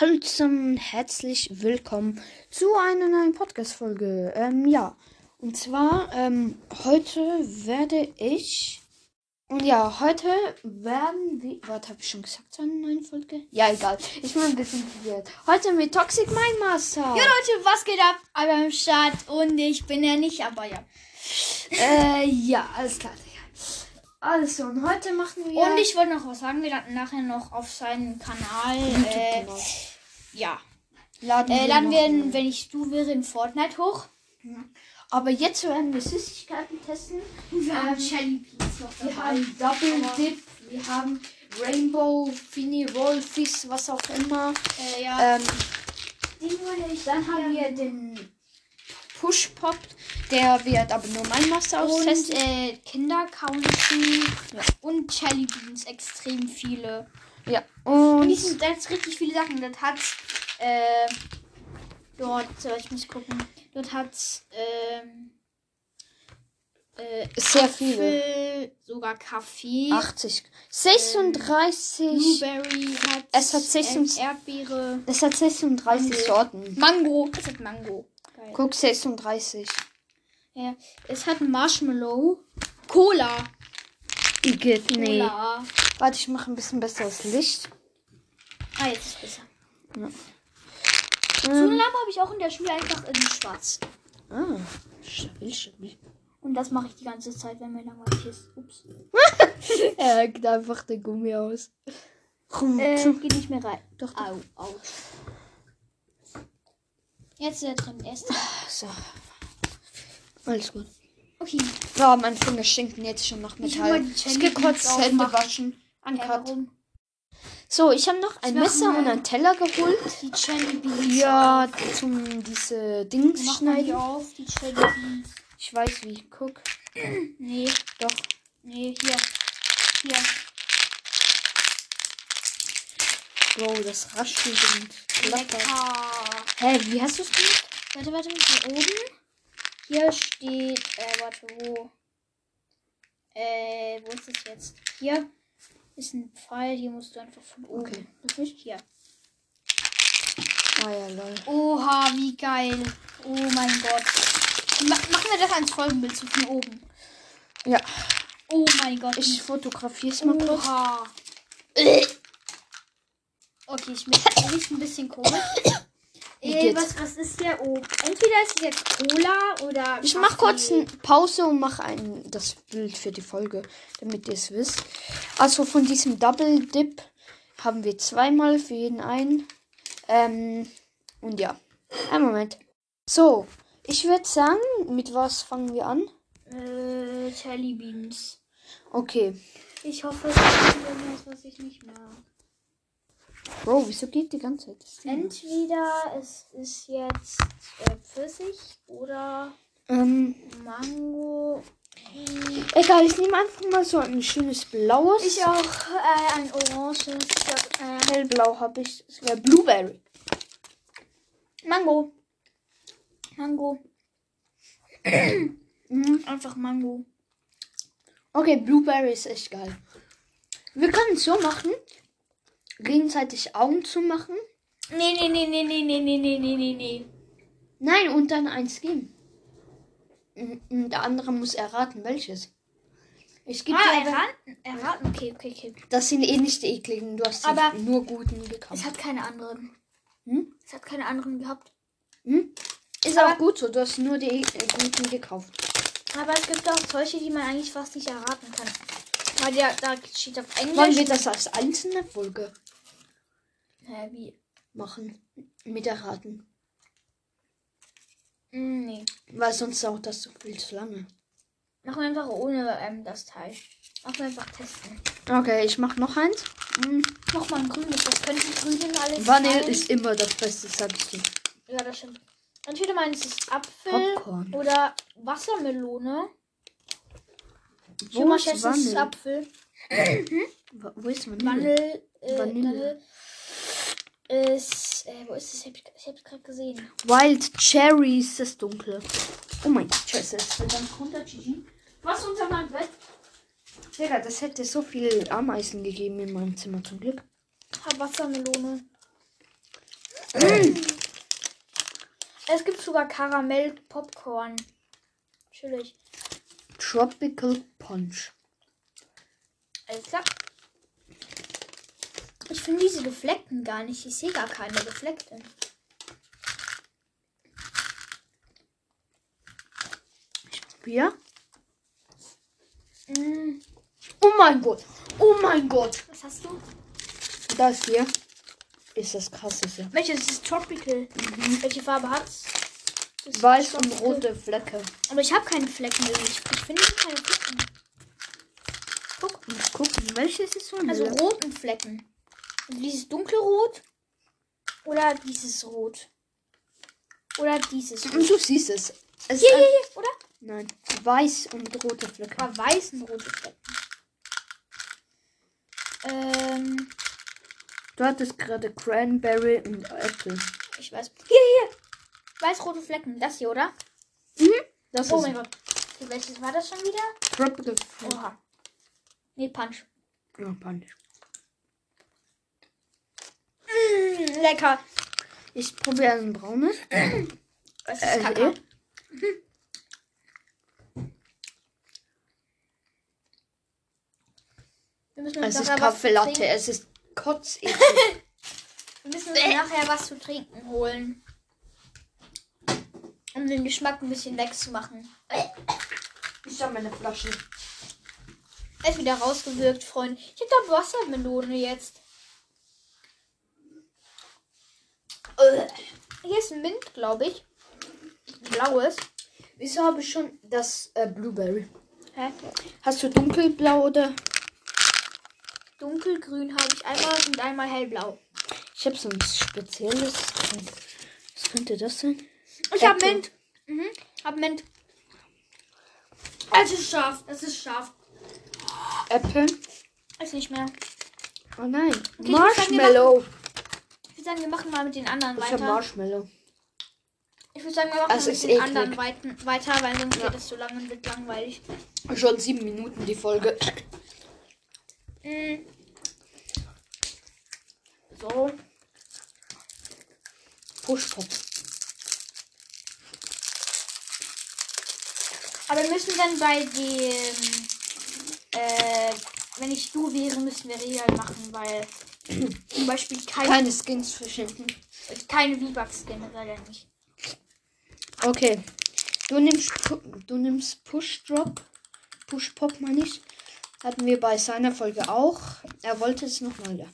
Hölzern, herzlich willkommen zu einer neuen Podcast-Folge. Ähm, ja, und zwar, ähm, heute werde ich. Und ja, heute werden wir. Warte, habe ich schon gesagt zu einer neuen Folge? Ja, egal. Ich bin ein bisschen verwirrt. Heute mit Toxic Mind Master. Ja, Leute, was geht ab? Aber im Start und ich bin ja nicht, aber ja. Äh, ja, alles klar, Digga. Also, und heute machen wir. Und ich wollte noch was sagen. Wir landen nachher noch auf seinen Kanal. Äh, ja. laden, Äh, laden wir, noch- in, wenn ich du wäre, in Fortnite hoch. Aber jetzt werden wir Süßigkeiten testen. Wir haben Ähm, Shelly Peas noch Wir haben Double Dip, wir haben Rainbow, Fini Roll, Fizz, was auch immer. Äh, ja. Ähm, den wollte ich- dann haben wir den Push Pop, der wird aber nur mein Master und austesten. äh, Kinder County und Jelly Beans extrem viele. Ja. Und die Und sind- da ist richtig viele Sachen. Das hat äh, dort, äh, ich muss gucken, dort hat ähm, äh, sehr viele. Apfel, sogar Kaffee. 80. 36. Blueberry hat Es hat 16 ähm, Erdbeere. Es hat 36 Mango. Sorten. Mango. Es hat Mango. Geil. Guck, 36. Ja. Es hat Marshmallow. Cola. Igitt, nee. Cola. Warte, ich mache ein bisschen besseres Licht. Ah, jetzt ist besser. So eine Ähm, Lampe habe ich auch in der Schule einfach in schwarz. ah, stabil, stabil. Und das mache ich die ganze Zeit, wenn mir langweilig ist. Ups. Er hackt einfach den Gummi aus. Rum, Äh, zum- geht nicht mehr rein. Ah, Doch, doch. Au, au. Jetzt ist er drin. Er ist drin. So. Alles gut. Okay. Ja, meine Finger stinken jetzt schon nach Ich will Metall. mal die Ich, Jelly gehe kurz Beans Hände aufmachen. waschen. An Äh, Cut. warum? So, ich habe noch ein Ich mach Messer mal- und einen Teller geholt. Die Jelly Beans. Ja, zum diese Dings Mach mal die schneiden. auf, die Jelly Beans. Ich weiß wie. Guck. Nee. Doch. Nee, hier. Hier. Wow, das raschelt und klappert. Lecker. Hä, wie hast du es gemacht? Warte, warte, hier oben. Hier steht, äh, warte, wo? Äh, wo ist es jetzt? Hier ist ein Pfeil, hier musst du einfach von oben. Okay. Das nicht hier. Ah ja, lol. Oha, wie geil. Oh mein Gott. Ma machen wir das als Folgenbild so von oben. Ja, Oh mein Gott. ich fotografiere es mal Oh. kurz. Oha. Okay, ich mir riecht ein bisschen komisch. Wie Ey, geht's? was, was ist hier oben? Entweder ist es jetzt Cola oder. Ich mach kurz Kaffee. eine Pause und mache ein das Bild für die Folge, damit ihr es wisst. Also von diesem Double Dip haben wir zweimal für jeden einen. Ähm, und ja, einen Moment. So, ich würde sagen, mit was fangen wir an? Äh, Jelly Beans. Okay. Ich hoffe, es ist irgendwas, was ich nicht mag. Bro, wieso geht die ganze Zeit? das Ding? Entweder es ist jetzt äh, Pfirsich oder Ähm, Mango. Ich egal, ich nehme einfach mal so ein schönes blaues. auch äh, ein oranges. Ich hab, äh, Hellblau habe ich. Das wäre Blueberry. Mango. Mango. Einfach Mango. Okay, Blueberry ist echt geil. Wir können es so machen. Gegenseitig Augen zumachen. Nee, nee, nee, nee, nee, nee, nee, nee, nee, nee, nee. Nein, und dann eins geben. Und und der andere muss erraten, welches. Ich gebe Ah, dir aber, erraten? Erraten, okay, okay, okay. das sind eh nicht die ekligen. Du hast die Aber- nur guten Es gekauft. hat keine anderen. Hm? Es hat keine anderen gehabt. Hm? Ist aber- auch gut so. Du hast nur die äh, guten gekauft. Aber es gibt auch solche, die man eigentlich fast nicht erraten kann. Weil ja, da steht auf Englisch. Wollen wir das als einzelne Folge Hä, wie? machen? Mit erraten. Mm, nee. Weil sonst dauert das so viel zu lange. Machen wir einfach ohne ähm, das Teil. Machen wir einfach testen. Okay, ich mach noch eins. Hm. Nochmal ein grünes. Das könnten grüne alles Vanille sein. ist immer das Beste, sag ich dir. Ja, das stimmt. Entweder meins ist Apfel Popcorn. oder Wassermelone. Ich Wo immer ist schätze, es ist Vanille? Apfel. Wa- Wo ist Vanille? Vanille. Äh, Vanille. Vanille ist. Äh, wo ist es? Ich hab- Ich hab's gerade gesehen. Wild Cherry ist das Dunkle. Oh mein Gott, scheiße. Es fällt dann runter, Gigi. Was unter meinem Bett? Digga, das hätte so viel Ameisen gegeben in meinem Zimmer zum Glück. Hab Wassermelone. Es gibt sogar Karamell-Popcorn. Chillig. Tropical Punch. Alles klar. Ich finde diese gefleckten gar nicht. Ich sehe gar keine gefleckten. Bier. Mm, Oh mein Gott. Oh mein Gott. was hast du? Das hier ist das krasseste. Welches ist Tropical? Welche Farbe hat's? Das ist Weiß und Tropical. rote Flecke. Aber ich habe keine Flecken. Also ich, ich finde keine Flecken. Guck, Mal gucken, welches ist so also roten Flecken. Also dieses dunkelrot oder dieses rot. Oder dieses rot. Du siehst es. es ist Hier, hier, ein, hier, oder? nein, weiß und rote Flecke. Aber weißen rote Flecken. Ähm, Du hattest gerade Cranberry und Apple. ich weiß. Hier, hier. Weiß-rote Flecken. Das hier, oder? Das Oh ist mein Gott. Für welches war das schon wieder? Tropical Punch. Oha. Nee, Punch. Ja, Punch. Mm, lecker. Ich probiere ein braunes. Es Äh, ist Kakao. eh? Wir müssen uns Es ist nachher was zu Kaffee Latte. trinken- Es ist kotz. Wir müssen uns Äh. nachher was zu trinken holen. Um den Geschmack ein bisschen wegzumachen. ich habe meine Flasche. Er ist wieder rausgewirkt, Freund. Ich hab da Wassermelone jetzt. Ugh. Äh. Hier ist ein Mint, glaube ich. Blaues. Wieso habe ich schon das äh, Blueberry? Hä? Hast du dunkelblau oder? Dunkelgrün habe ich einmal und einmal hellblau. Ich habe so ein spezielles. Getränk. Was könnte das sein? Ich habe Äpfel. Mint. Mhm. Hab Mint. Es ist scharf. Es ist scharf. Apple. Ist nicht mehr. Oh nein. ich muss sagen, wir Marshmallow. Ich würde sagen, wir machen mal mit den anderen Ich habe weiter. Marshmallow. Ich würde sagen, wir machen Das mal ist mit den eklig. anderen weiten, weiter, weil sonst Ja. geht es zu lange und wird langweilig. Schon sieben Minuten die Folge. Mm. So. Push Pops. Aber wir müssen dann bei dem. Äh, wenn ich du wäre, müssen wir Regeln machen, weil zum Beispiel kein, Keine Skins verschenken. keine V-Bucks generell nicht. Okay. Du nimmst, Pu- du nimmst Push Drop. Push Pop meine ich. Hatten wir bei seiner Folge auch. Er wollte es nochmal da.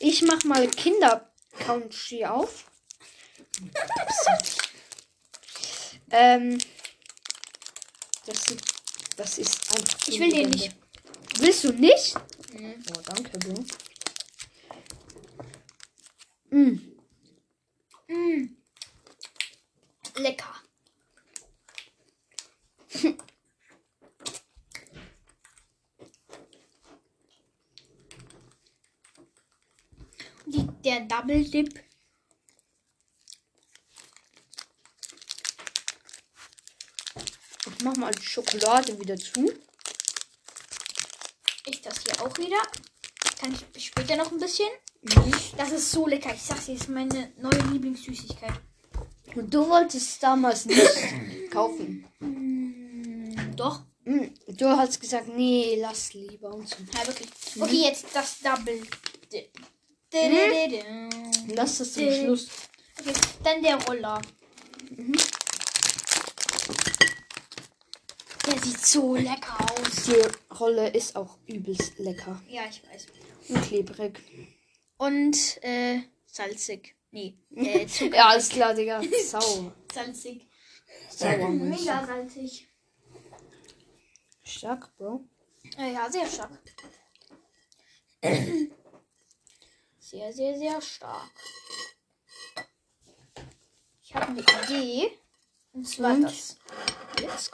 Ich mach mal Kinder Country auf. ähm, das, sieht, das ist einfach. Ich will den nicht. Willst du nicht? Mhm. Oh, danke, Bro. Mm, Mm. Lecker. Die, der Double Dip. ich mach mal die Schokolade wieder zu. Ich das hier auch wieder. Kann ich später noch ein bisschen. Das ist so lecker. Ich sag's dir, das ist meine neue Lieblingssüßigkeit. Und du wolltest es damals nicht kaufen. Mm, doch. Mm, Du hast gesagt, nee, lass lieber und so. Ja, wirklich. Okay, jetzt das Double Dip. Lass das zum Schluss. Okay, dann der Roller. Mhm. Der sieht so lecker aus. Die Rolle ist auch übelst lecker Ja, ich weiß. und klebrig. Und äh, salzig. Nee, äh, zu Ja, alles klar, Digga. Sauer. salzig. Oh, Sauer. meinst du. Mega salzig. Stark, Bro. Äh, ja, sehr stark. Sehr, sehr, sehr stark. Ich habe eine Idee. Und zwar Und? das. Jetzt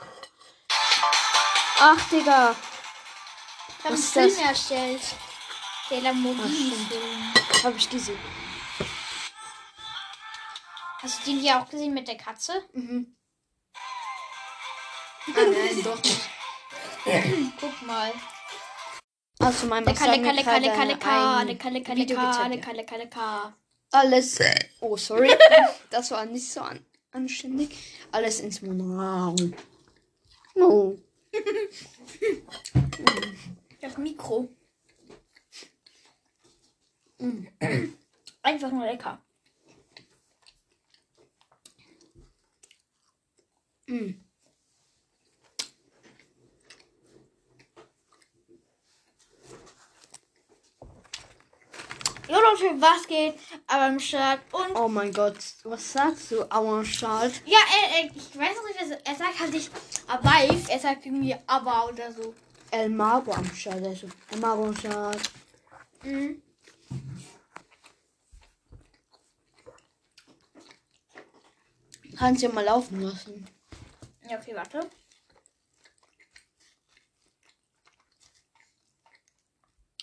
Ach, Digga. Ich habe einen Was Film ist das? erstellt. Der Lamborghini-Film. Hab ich gesehen. Hast du den hier auch gesehen mit der Katze? Mhm. Ah, nein, doch nicht. Guck mal. Also, mein Lecker, Master Also, hat mir lecker, lecker, gerade lecker, ein lecker, lecker, lecker, Video lecker, gezeigt, lecker, lecker, lecker. alles. Oh, sorry. Das war nicht so an anständig. Alles ins Monat. Oh. Das Mikro. Mm. Einfach nur lecker. Mm. Jo Leute, was geht? Aber im Start und. oh mein Gott. Was sagst du, Auerschalt? Ja, er, er, ich weiß noch nicht, was er- er sagt halt nicht Abaif, er sagt irgendwie Aber oder so. El Mago am Schalt. Also, El Mago am Schalt. Mhm. Kannst du ja mal laufen lassen. Ja, okay, warte.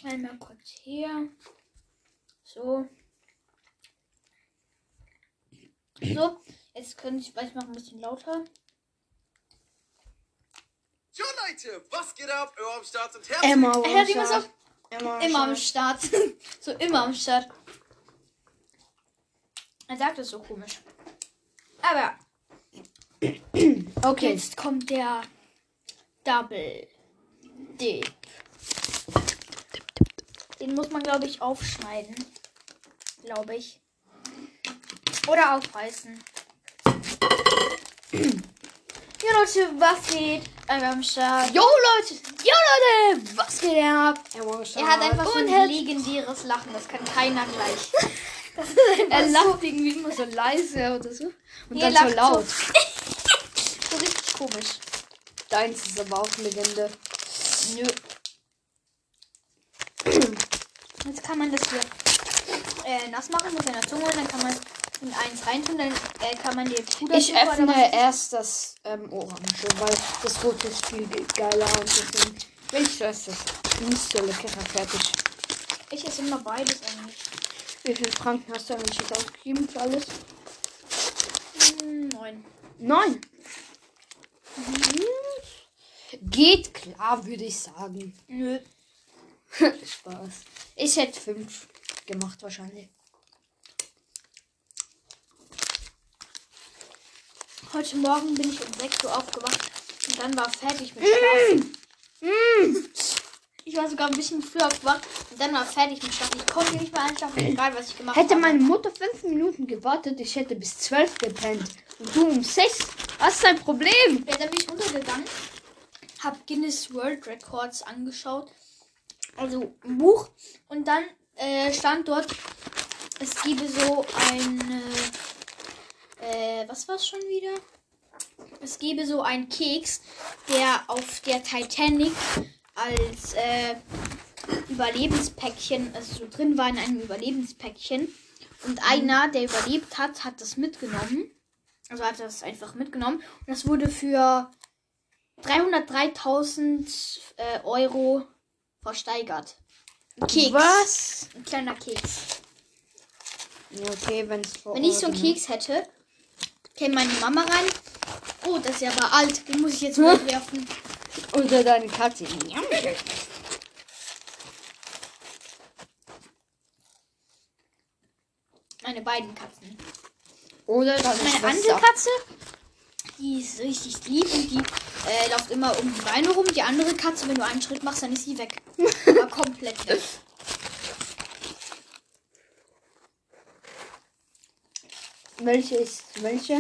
Einmal kurz hier. So. So, jetzt könnte ich, weiß ich, mache ein bisschen lauter. Jo Leute, was geht ab? Eure am Start und herzlich Emma am Hört ihr was Schalt. auf? Emma Immer am Schalt. Start. so, immer am Start. Er sagt es so komisch. Aber Okay. jetzt kommt der Double Dip. Den muss man, glaube ich, aufschneiden. Glaube ich. Oder aufreißen. Ja, Leute, was geht? Einmal am Start. Jo Leute, Jo, Leute, was geht ab? Emma Schalt. Er hat einfach so ein Unherzlich- legendäres Lachen. Das kann keiner gleich. Er lacht irgendwie immer so leise oder so. Und Nee, dann lacht so laut. So richtig komisch. Deins ist aber auch Legende. Nö. Jetzt kann man das hier äh, nass machen mit seiner Zunge und dann kann man es in eins reintun, dann äh, kann man die Puder Ich öffne erst das ähm, Orange, weil das Rote ist viel ge- geiler und deswegen will ich zuerst das nicht so leckerer fertig. Ich esse immer beides eigentlich. Wie viele Franken hast du eigentlich jetzt ausgegeben für alles? Hm, neun. Neun. Hm. Geht klar, würde ich sagen. Nö. Spaß. Ich hätte fünf gemacht wahrscheinlich. Heute Morgen bin ich um 6 Uhr aufgewacht und dann war fertig mit Schlafen. Mm. Ich war sogar ein bisschen früher aufgewacht und dann war fertig mit Schlafen. Ich konnte nicht mehr einschlafen, egal was ich gemacht Hätte habe. meine Mutter fünf Minuten gewartet, ich hätte bis zwölf gepennt. Und du um sechs? Was ist dein Problem? Ja, dann bin ich untergegangen, hab Guinness World Records angeschaut, also ein Buch, und dann äh, stand dort, es gebe so ein, äh, äh, was war's schon wieder? Es gebe so einen Keks, der auf der Titanic als äh, Überlebenspäckchen, also so drin war in einem Überlebenspäckchen. Und einer, der überlebt hat, hat das mitgenommen. Also hat das einfach mitgenommen. Und das wurde für 303.000 äh, Euro versteigert. Ein Keks. Was? Ein kleiner Keks. Okay, wenn es vor Wenn ich so einen Ort- Keks hätte, käme meine Mama rein. Oh, das ist ja aber alt. Den muss ich jetzt wegwerfen. Unter deine Katze. Njam. Meine beiden Katzen. Oder deine Meine andere Schwester. Katze, die ist richtig lieb und die äh, läuft immer um die Beine rum. Die andere Katze, wenn du einen Schritt machst, dann ist sie weg. Aber komplett weg. Welche ist welche?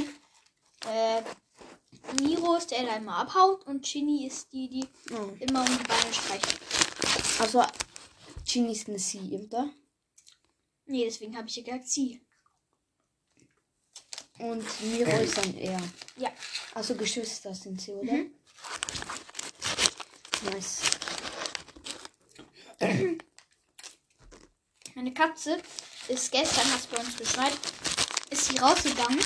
Äh, Niro ist der, der immer abhaut und Chini ist die, die Oh. immer um die Beine streicht. Also, Chini ist eine Sie, oder? Nee, deswegen habe ich hier gesagt sie. Und Miro ist dann er. Ja. Also Geschwister sind sie, oder? Mhm. Nice. Meine Katze ist gestern, hast bei uns geschneit, ist sie rausgegangen.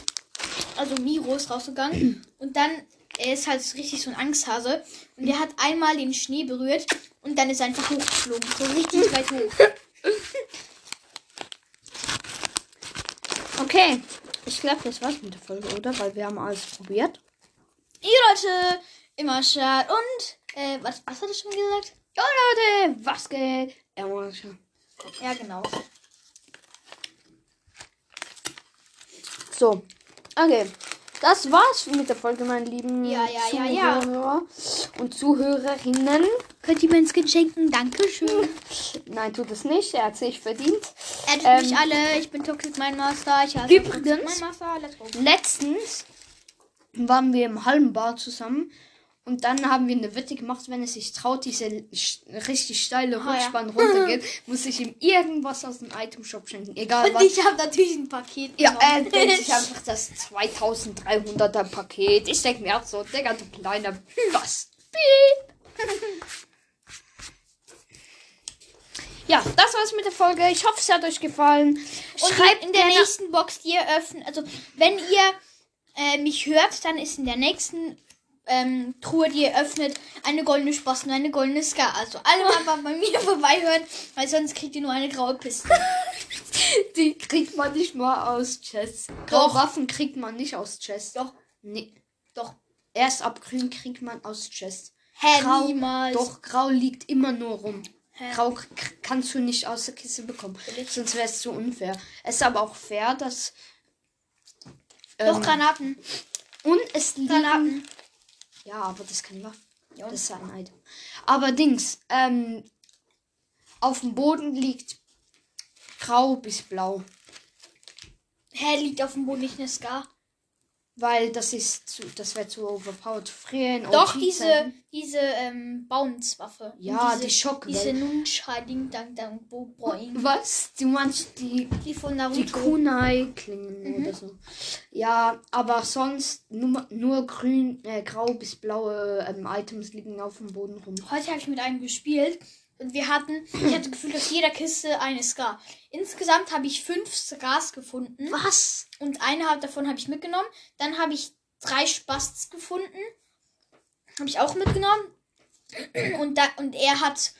Also Miro ist rausgegangen. Und dann er ist halt so richtig so ein Angsthase. Und der hat einmal den Schnee berührt und dann ist er einfach hochgeflogen. So richtig weit hoch. Okay. Ich glaube, das war's mit der Folge, oder? Weil wir haben alles probiert. Ihr Leute, immer schad und äh, was, was hat er schon gesagt? Jo Leute, was geht? Ja, Mann, schon. Ja, genau. So, okay. Das war's mit der Folge, meine lieben Ja, ja, ja, ja. Zuhörer und Zuhörerinnen. Könnt ihr mir ein Skin schenken? Dankeschön. Nein, tut es nicht. Er hat sich verdient. Addet Ähm, mich alle. Ich bin Toxic Mind Master. Ich hasse Übrigens- Toxic Mind Master. Let's go. Letztens waren wir im Hallenbad zusammen und dann haben wir eine Wette gemacht, wenn es sich traut, diese sch- richtig steile Ah, ja. Rutschbahn runtergeht, muss ich ihm irgendwas aus dem Itemshop schenken. Egal Und was. ich habe natürlich ein Paket. Genau. ja, er genommen. denkt sich einfach das 2300er Paket. Ich denke mir auch so, Digga, du kleiner was. Ja, das war's mit der Folge. Ich hoffe, es hat euch gefallen. Und Schreibt in der gerne- nächsten Box, die ihr öffnet. Also, wenn ihr äh, mich hört, dann ist in der nächsten ähm, Truhe, die ihr öffnet, eine goldene Spaß und eine goldene Ska. Also, alle mal bei mir vorbeihören, weil sonst kriegt ihr nur eine graue Piste. Die kriegt man nicht mal aus Chess. Graue Waffen kriegt man nicht aus Chess. Doch. Nee. Doch. Erst ab grün kriegt man aus Chess. Hä, Grau- niemals. Doch, grau liegt immer nur rum. Hä? Grau k- k- kannst du nicht aus der Kiste bekommen. Sonst wäre es zu unfair. Es ist aber auch fair, dass. Doch, ähm, Granaten. Und es liegen. Granaten. Ja, aber das kann Waffen. Ja, und- Das ist ja ein Item. Aber Dings, ähm, auf dem Boden liegt grau bis blau. Hä, liegt auf dem Boden nicht eine Ska? Weil das ist zu, das wäre zu overpowered. Frieren Doch, OG diese, Zeiten. diese ähm, Bounce-Waffe. Und Ja, diese, die Schockwelle. Diese Nunchai Ding Dang Dang Bo Boing. Was? Du meinst die, Mhm. Die von die Naruto. Kunai klingen oder so. Ja, aber sonst nur, nur grün, äh, grau bis blaue ähm, Items liegen auf dem Boden rum. Heute habe ich mit einem gespielt und wir hatten, ich hatte das Gefühl, aus jeder Kiste eine Ska. Insgesamt habe ich fünf Skars gefunden Was? und eine hab- davon habe ich mitgenommen. Dann habe ich drei Spasts gefunden, habe ich auch mitgenommen. Und, da, und er hat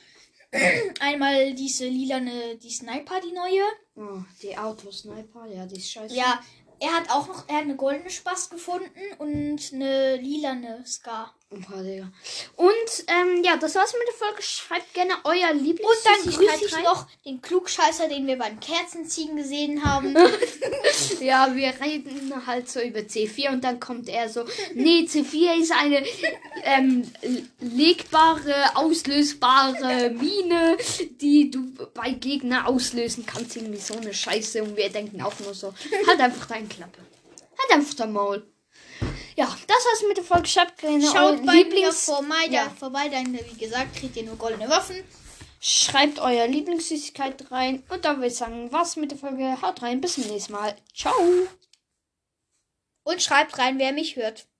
einmal diese lilane, die Sniper, die neue. Oh, die Autosniper, ja, die ist scheiße. Ja, er hat auch noch, er hat eine goldene Spaß gefunden und eine lilane Scar. Oha, Oh, Digga. Und ähm, ja, das war's mit der Folge. Schreibt gerne euer Und dann Lieblingssüßigkeit grüße ich rein. noch den Klugscheißer, den wir beim Kerzenziehen gesehen haben. Ja, wir reden halt so über C4 und dann kommt er so, nee, C4 ist eine ähm, legbare, auslösbare Mine, die du bei Gegner auslösen kannst, irgendwie so eine Scheiße. Und wir denken auch nur so, halt einfach deine Klappe. Halt einfach dein Maul. Ja, das war's mit der Folge. Schreibt gerne Schaut euren bei mir Lieblings... vorbei, da, Ja. vorbei, dann, wie gesagt, kriegt ihr nur goldene Waffen. Schreibt euer Lieblingssüßigkeit rein. Und dann würde ich sagen, was mit der Folge. Haut rein, bis zum nächsten Mal. Ciao. Und schreibt rein, wer mich hört.